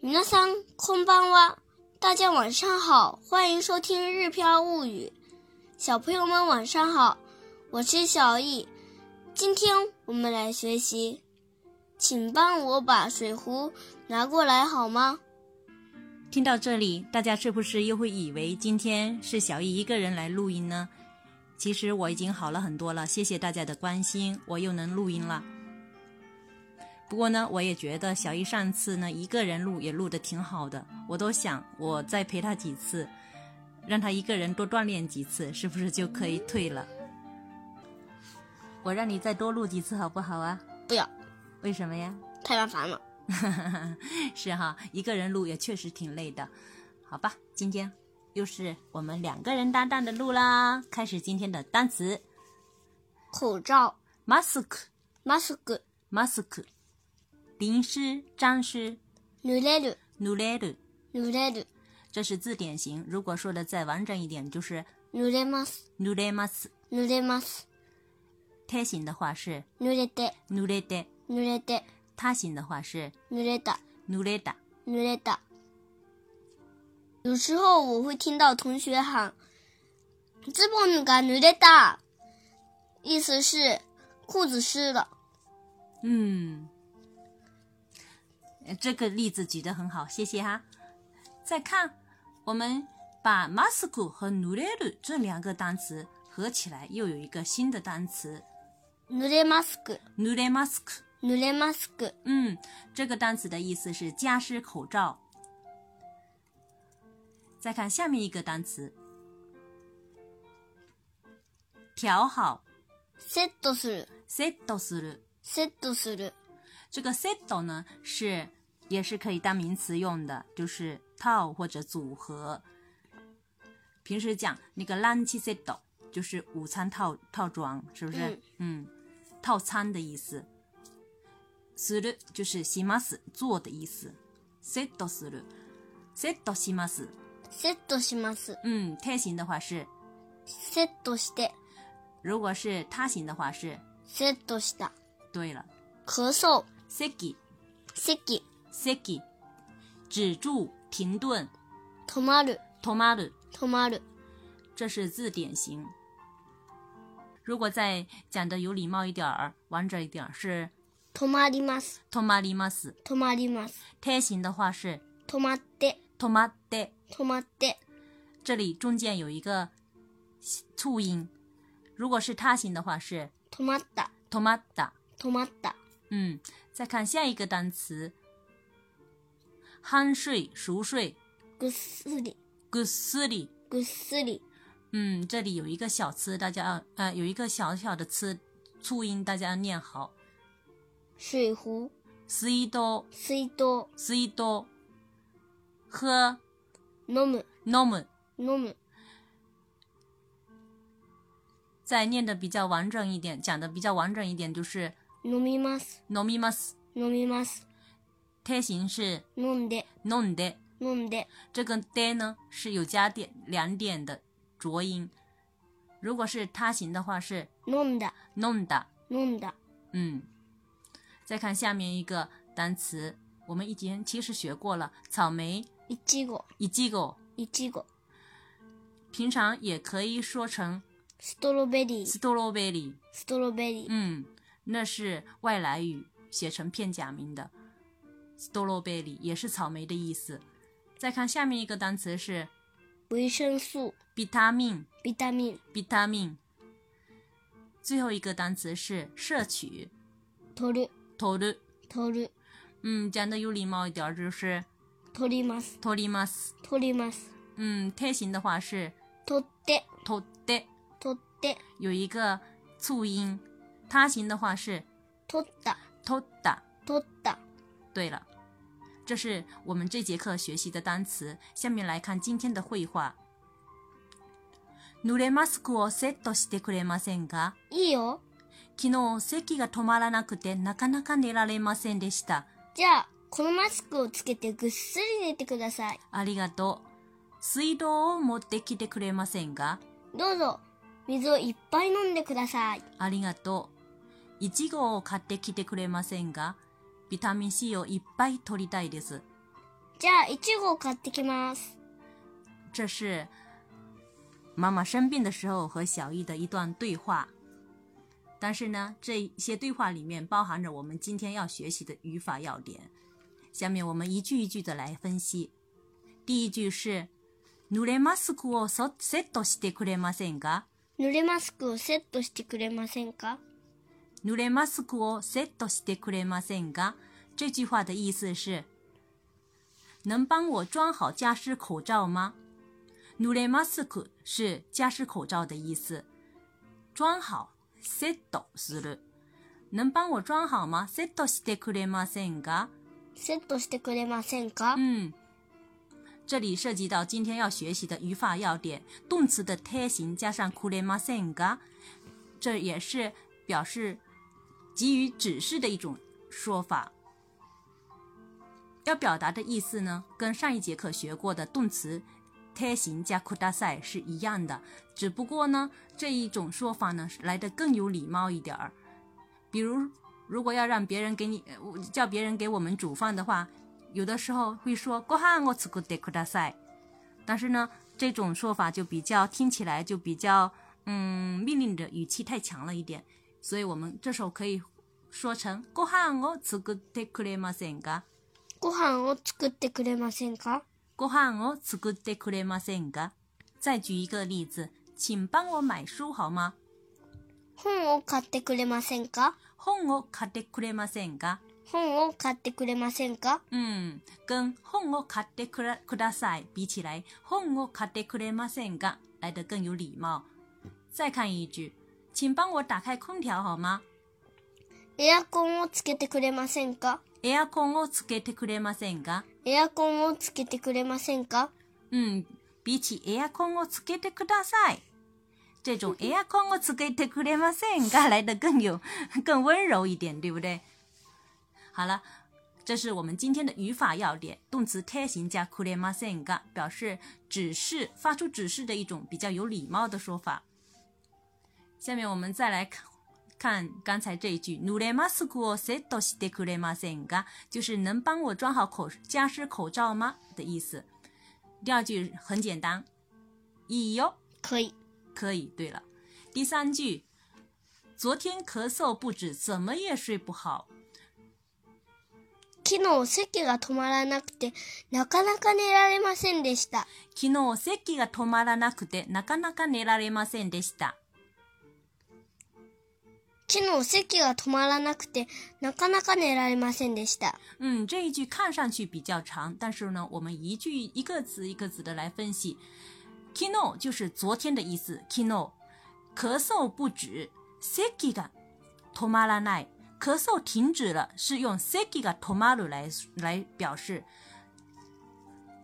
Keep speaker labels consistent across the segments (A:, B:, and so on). A: 皆さんこんばんは，大家晚上好，欢迎收听《日飘物语》。小朋友们晚上好，我是小易。今天我们来学习，请帮我把水壶拿过来好吗？
B: 听到这里，大家是不是又会以为今天是小易一个人来录音呢？其实我已经好了很多了，谢谢大家的关心，我又能录音了。不过呢，我也觉得小易上次呢一个人录也录得挺好的，我都想我再陪他几次，让他一个人多锻炼几次，是不是就可以退了？我让你再多录几次好不好啊？
A: 不要，
B: 为什么呀？
A: 太麻烦了。
B: 是哈，一个人录也确实挺累的，好吧，今天又是我们两个人搭档的录啦。开始今天的单词
A: 口罩
B: ：mask，mask，
A: ，mask，
B: 淋湿、沾湿、
A: 濡れる、
B: 濡れる，
A: 濡れる、
B: 这是字典型。如果说的再完整一点，就是
A: 濡れます、
B: 濡れます。
A: 濡れます、
B: 贴形的话是
A: 濡れて、
B: 濡れて，
A: 濡れて、
B: 他形的话是
A: 濡れた。
B: 濡れた。
A: 濡れた。有时候我会听到同学喊“ズボンが濡れた”，意思是裤子湿了。
B: 嗯，呃这个例子举得很好，谢谢哈。再看，我们把 mask 和 n u r e r 这两个单词合起来，又有一个新的单词
A: 濡れマスク、
B: n u r e mask。
A: 濡れマスク、
B: 嗯，这个单词的意思是加湿口罩。再看下面一个单词，调好
A: セットする、
B: set する。
A: セットする、
B: 这个 set 呢是也是可以当名词用的，就是套或者组合。平时讲那个 lunch set 就是午餐套套装，是不是？嗯套餐的意思。する就是します做的意思。set する，set します。
A: セットします、
B: 嗯，贴形的话是，
A: セットして、
B: 如果是他形的话是。
A: セットした。
B: 对了，
A: 咳嗽、
B: 席
A: 咳、
B: 席，止住停顿，
A: 止まる、
B: 止まる。
A: 止まる、
B: 这是字典型。如果再讲的有礼貌一点儿、完整一点儿是
A: 止まります、
B: 止まります。
A: 止まります、
B: 贴形的话是
A: 止まって、
B: 止まって。
A: 止まって、
B: 这里中间有一个促音。如果是他形的话是
A: 止まった、
B: 止まった。
A: 止まった。
B: 嗯，再看下一个单词，酣睡、熟睡、
A: ぐっすり、
B: ぐっすり。
A: ぐっすり、
B: 嗯，这里有一个小词，大家要呃有一个小小的词促音，大家要念好。
A: 水壶、
B: 水道
A: 水筒、
B: 水道喝
A: 飲む、
B: 飲む。
A: 飲む、
B: 再念的比较完整一点，讲的比较完整一点就是
A: 飲みます、
B: 飲みます。
A: 飲みます、
B: 贴形是
A: 飲んで、
B: 飲んで，
A: 飲んで、
B: 这个で呢是有加点两点的浊音。如果是他形的话是
A: 飲んだ、
B: 飲んだ。
A: 飲んだ、
B: 嗯，再看下面一个单词，我们以前其实学过了，草莓
A: いちご、
B: いちご，
A: いちご、
B: 平常也可以说成
A: ストロベリー、
B: strawberry。
A: ストロベリー、
B: 嗯，那是外来语写成片假名的，strawberry 也是草莓的意思。再看下面一个单词是
A: 维生素、
B: vitamin
A: ビタミン、
B: vitamin，最后一个单词是摄取
A: 取る、
B: 取る。
A: 取る、
B: 嗯，讲的有礼貌一点儿就是
A: 取ります、
B: 取ります。
A: 取ります、
B: 嗯，贴形的话是
A: 取って、
B: 取って，
A: 取って、
B: 有一个促音；他形的话是
A: 取った、
B: 取った。
A: 取った。
B: 对了，这是我们这节课学习的单词。下面来看今天的绘画。濡れマスクをセットしてくれませんか
A: いいよ。
B: 昨日席が止まらなくてなかなか寝られませんでした。
A: じゃあ、このマスクをつけてぐっすり寝てください。
B: ありがとう。水道を持ってきてくれませんか
A: どうぞ、水をいっぱい飲んでください。
B: ありがとう。いちごを買ってきてくれませんかビタミン C をいっぱい取りたいです。
A: じゃあ、いちごを買ってきます。
B: 这是妈妈生病的时候和小易的一段对话。但是呢，这些对话里面包含着我们今天要学习的语法要点。下面我们一句一句的来分析。第一句是“濡れマスクをそセットしてくれませんか
A: 濡れマスクをセットしてくれませんか？”。
B: 濡れマスクをセットしてくれませんか？这句话的意思是：能帮我装好加湿口罩吗？濡れマスク是加湿口罩的意思，装好 set する，能帮我装好吗？set してくれませんか？
A: セットしてくれませんか？
B: 嗯，这里涉及到今天要学习的语法要点，动词的贴形加上くれませんか，这也是表示给予指示的一种说法。要表达的意思呢，跟上一节课学过的动词贴形加ください是一样的，只不过呢，这一种说法呢是来的更有礼貌一点儿。比如，如果要让别人给你呃我叫别人给我们煮饭的话，有的时候会说“ご飯を作ってください”，但是呢，这种说法就比较听起来就比较嗯命令的语气太强了一点，所以我们这时候可以说成“ご飯を作ってくれませんか”。
A: ご飯を作ってくれませんか？
B: ご飯を作ってくれませんか？再举一个例子，请帮我买书好吗？
A: 本を買ってくれませんか？
B: 本を買ってくれませんか？
A: 本を買ってくれませんか？
B: 嗯，跟本を買ってくだください比起来，本を買ってくれませんか来得更有礼貌。再看一句，请帮我打开空调好吗？
A: エアコンをつけてくれませんか？
B: エアコンをつけてくれませんか？
A: エアコンをつけてくれませんか？
B: 嗯，比起エアコンをつけてください，这种エアコンをつけてくれませんか来的更有 更温柔一点，对不对？好了，这是我们今天的语法要点，动词贴形加くれませんか表示指示，发出指示的一种比较有礼貌的说法。下面我们再来看。看刚才这一句，濡れマスクをセットしてくれませんか，就是能帮我装好口加湿口罩吗的意思。第二句很简单，いいよ，
A: 可以。
B: 可以。对了，第三句，昨天咳嗽不止，怎么也睡不好。
A: 昨日咳が止まらなくてなかなか寝られませんでした。
B: 昨日咳が止まらなくてなかなか寝られませんでした。
A: 昨日咳が止まらなくてなかなか寝られませんでした。
B: 嗯，这一句看上去比较长，但是呢，我们一句一个字一个字的来分析。昨日就是昨天的意思。昨日咳嗽不止，咳が止まらない。咳嗽停止了，是用咳が止まる来来表示。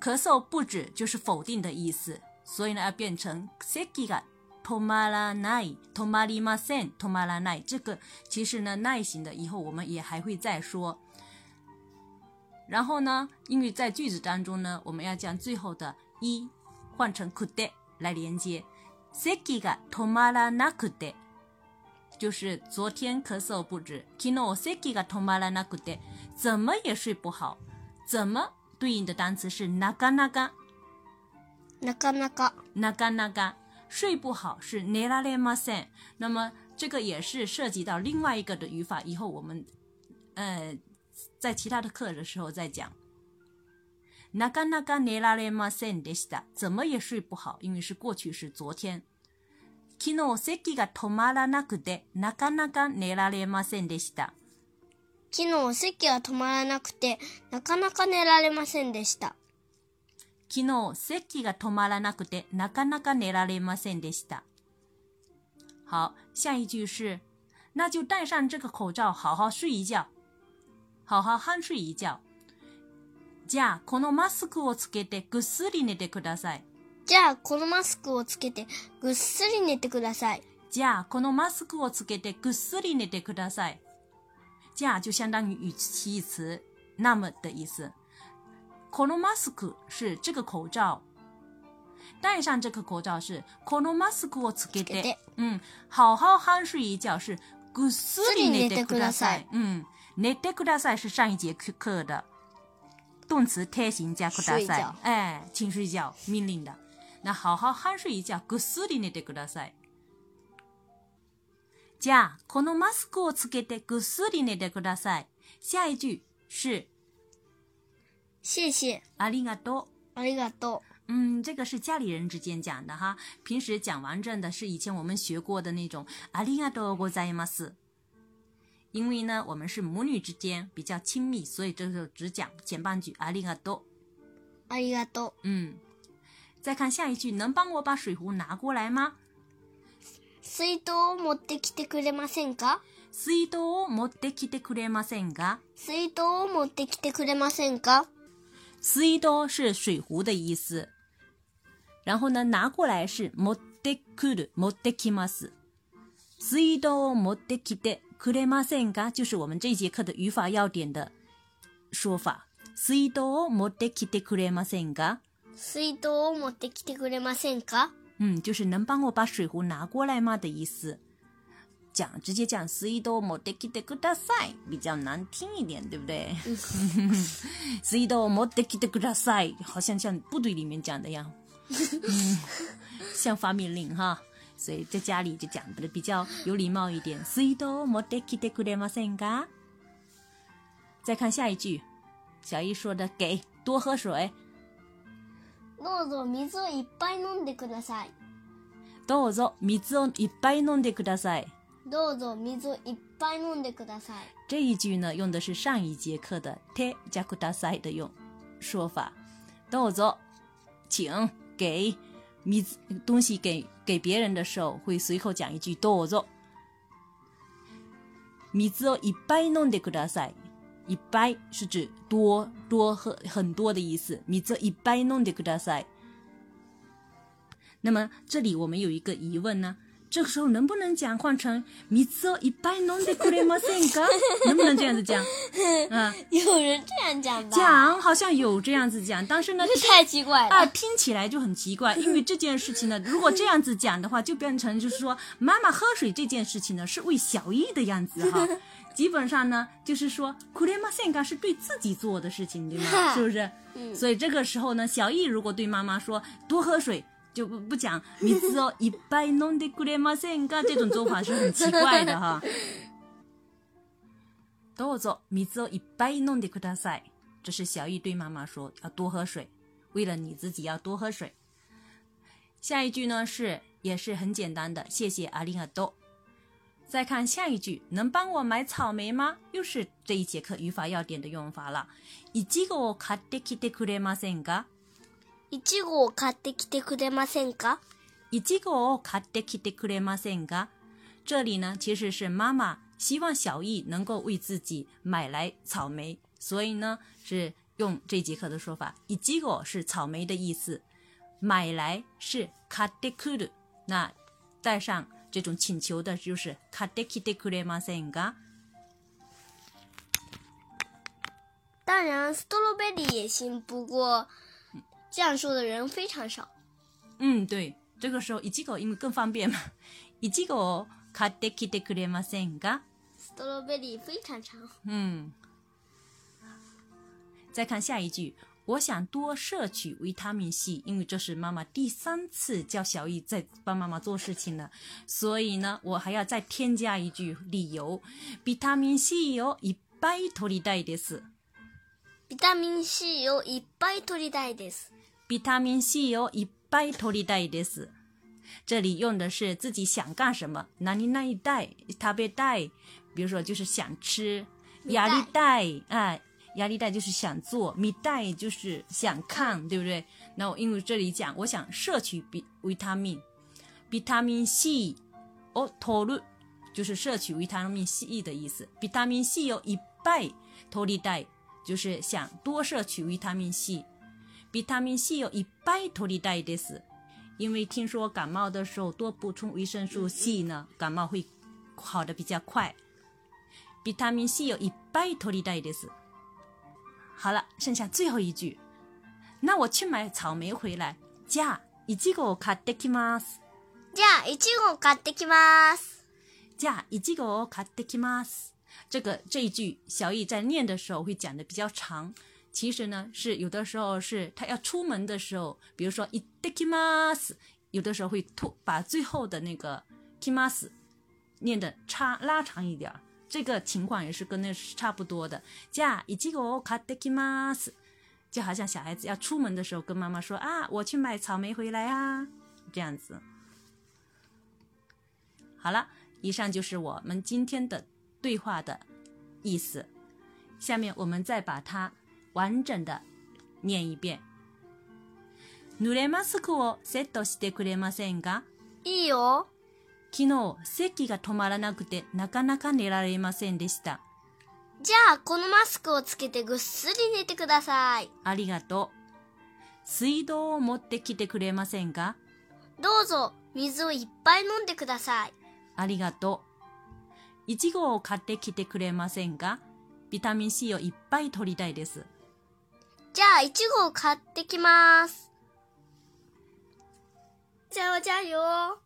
B: 咳嗽不止就是否定的意思，所以呢要变成咳が止まらない、止まりません、止まらない。这个其实呢耐型的，以后我们也还会再说。然后呢，英语在句子当中呢，我们要将最后的“一”换成 “kude” 来连接。咳が止まらなくて，就是昨天咳嗽不止，昨日咳が止まらなくて，怎么也睡不好。怎么对应的单词是なかなか，
A: なかなか
B: なかなか睡不好是寝られません。那么这个也是涉及到另外一个的语法，以后我们呃在其他的课的时候再讲。なかなか寝られませんでした。怎么也睡不好，因为是过去式，昨天。昨日咳が止まらなくてなかなか寝られませんでした。
A: 昨日咳が止まらなくてなかなか寝られませんでした。
B: 昨日咳が止まらなくてなかなか寝られませんでした。好，下一句是，那就戴上这个口罩，好好睡一觉，好好酣睡一觉。じゃあこのマスクをつけてぐっすり寝てください。
A: じゃあこのマスクをつけてぐっすり寝てください。
B: じゃあこのマスクをつけてぐっすり寝てください。じゃあ就相当于语气词“那么”的意思。このマスク是这个口罩，戴上这个口罩是このマスクをつけ
A: つけ
B: て
A: て。
B: 嗯，好好酣睡一觉是ぐっすり寝てくだ
A: ぐっすり寝てくだ
B: さい
A: さい。
B: 嗯，寝てください是上一节课的。动词泰型加くだ
A: 睡
B: さい
A: 觉，
B: 哎，请睡觉，命令的。那好好酣睡一觉，ぐっすり寝てください。じゃあ、このマスクをつけてぐっすり寝てください。下一句是
A: 谢谢，
B: ありがとう。
A: ありがと
B: 嗯，这个是家里人之间讲的哈。平时讲完整的是以前我们学过的那种ありがとうございます。因为呢，我们是母女之间比较亲密，所以这就只讲前半句ありがとう。
A: う、ありがと
B: 嗯，再看下一句，能帮我把水壶拿过来吗？
A: う。水筒を持ってきてくれませんか？
B: 水筒を持ってきてくれませんか？
A: 水筒を持ってきてくれませんか？
B: 水道是水壶的意思。然后呢，拿过来是持ってくる、持ってきます。水道を持ってきてくれませんか？就是我们这一节课的语法要点的说法。水道を持ってきてくれませんか？
A: 水筒を持ってきてくれませんか？
B: 嗯，就是能帮我把水壶拿过来吗的意思。讲直接讲水道を持ってきてください比较难听一点，对不对？水道を持ってきてください，好像像部队里面讲的一样，嗯、像发命令哈。所以在家里就讲的比较有礼貌一点。水道を持ってきてくれませんか？再看下一句，小易说的给多喝水，
A: どうぞ水をいっぱい飲んでください。
B: どうぞ水をいっぱい飲んでください。
A: どうぞ水をいっぱい飲んでください。
B: 这一句呢，用的是上一节课的 te 加 k u d a s a i 的用说法。どうぞ，请给米东西给给别人的时候，会随口讲一句どうぞ。水をいっぱい飲んでください。いっぱい是指多多喝很多的意思。水をいっぱい飲んでください。那么这里我们有一个疑问呢，这个时候能不能讲换成水をいっぱい飲んでくれませんか？ 能不能这样子讲？啊，
A: 有人这样讲吧？
B: 讲好像有这样子讲，但是呢，
A: 这太奇怪
B: 啊，
A: 了。
B: 听起来就很奇怪，因为这件事情呢，如果这样子讲的话，就变成就是说，妈妈喝水这件事情呢，是为小易的样子哈。基本上呢，就是说，库列马森嘎是对自己做的事情，对吗？
A: 哈
B: 是不是？
A: 嗯
B: 所以这个时候呢，小易如果对妈妈说多喝水，就不不讲“你知道一杯弄得くれませんか”这种做法是很奇怪的 哈。どうぞ水をいっぱい飲んでください。这是小易对妈妈说要多喝水，为了你自己要多喝水。下一句呢是也是很简单的，谢谢阿里がとう。再看下一句，能帮我买草莓吗？又是这一节课语法要点的用法了。いちごを買ってきてくれませんか？
A: いちごを買ってきてくれませんか？
B: いちごを買ってきてくれませんか？这里呢，其实是妈妈希望小易能够为自己买来草莓，所以呢是用这节课的说法。いちご哦是草莓的意思，买来是買ってくる。那带上这种请求的就是買ってきてくれませんか？
A: 当然，斯トロベリー也行，不过这样说的人非常少。
B: 嗯，对，这个时候一季狗因为更方便嘛。一季狗買ってきてくれませんか？
A: 斯トロベリー非常长。
B: 嗯。再看下一句，我想多摄取维他命 C，因为这是妈妈第三次叫小易在帮妈妈做事情了，所以呢，我还要再添加一句理由，维他命 C をいっぱい取りたいです。
A: ビタミン C をいっぱい取りたいです。
B: ビタミン C をいっぱい取りたいです。这里用的是自己想干什么，哪里那一带食べたい，比如说就是想吃，
A: 見た
B: 压
A: い
B: 力带哎，压力带就是想做，米带就是想看，对不对？那我因为这里讲，我想摄取比维他命，ビタミン C を取る就是摄取维他命 C 的意思，ビタミン C をいっぱい取りたい就是想多摄取维他命 C。ビタミン C をいっぱい取りたいです。因为听说感冒的时候多补充维生素 C 呢，感冒会好的比较快。ビタミン C をいっぱい取りたいです。好了，剩下最后一句。那我去买草莓回来。じゃあ、いちごを買ってきます。
A: じゃあ、いちごを買ってきます。
B: じゃあ、いちごを買ってきます。这个这一句，小易在念的时候会讲的比较长，其实呢是有的时候是他要出门的时候，比如说いってきます，有的时候会吐，把最后的那个 kimas 念的差拉长一点儿。这个情况也是跟那是差不多的。じゃあいちごを買ってきます，就好像小孩子要出门的时候跟妈妈说啊，我去买草莓回来啊，这样子。好了，以上就是我们今天的对话的意思。下面我们再把它完整的念一遍。濡れマスクをセットしてくれませんか
A: いいよ。
B: 昨日、咳が止まらなくてなかなか寝られませんでした。
A: じゃあ、このマスクをつけてぐっすり寝てください。
B: ありがとう。水道を持ってきてくれませんか
A: どうぞ、水をいっぱい飲んでください。
B: ありがとう。いちごを買ってきてくれませんかビタミン C をいっぱい取りたいです。
A: じゃあ、いちごを買ってきます。じゃあ、じゃあよ。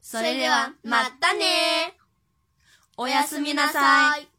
B: そ
A: それでは、またね。
B: おやすみなさい。
A: い。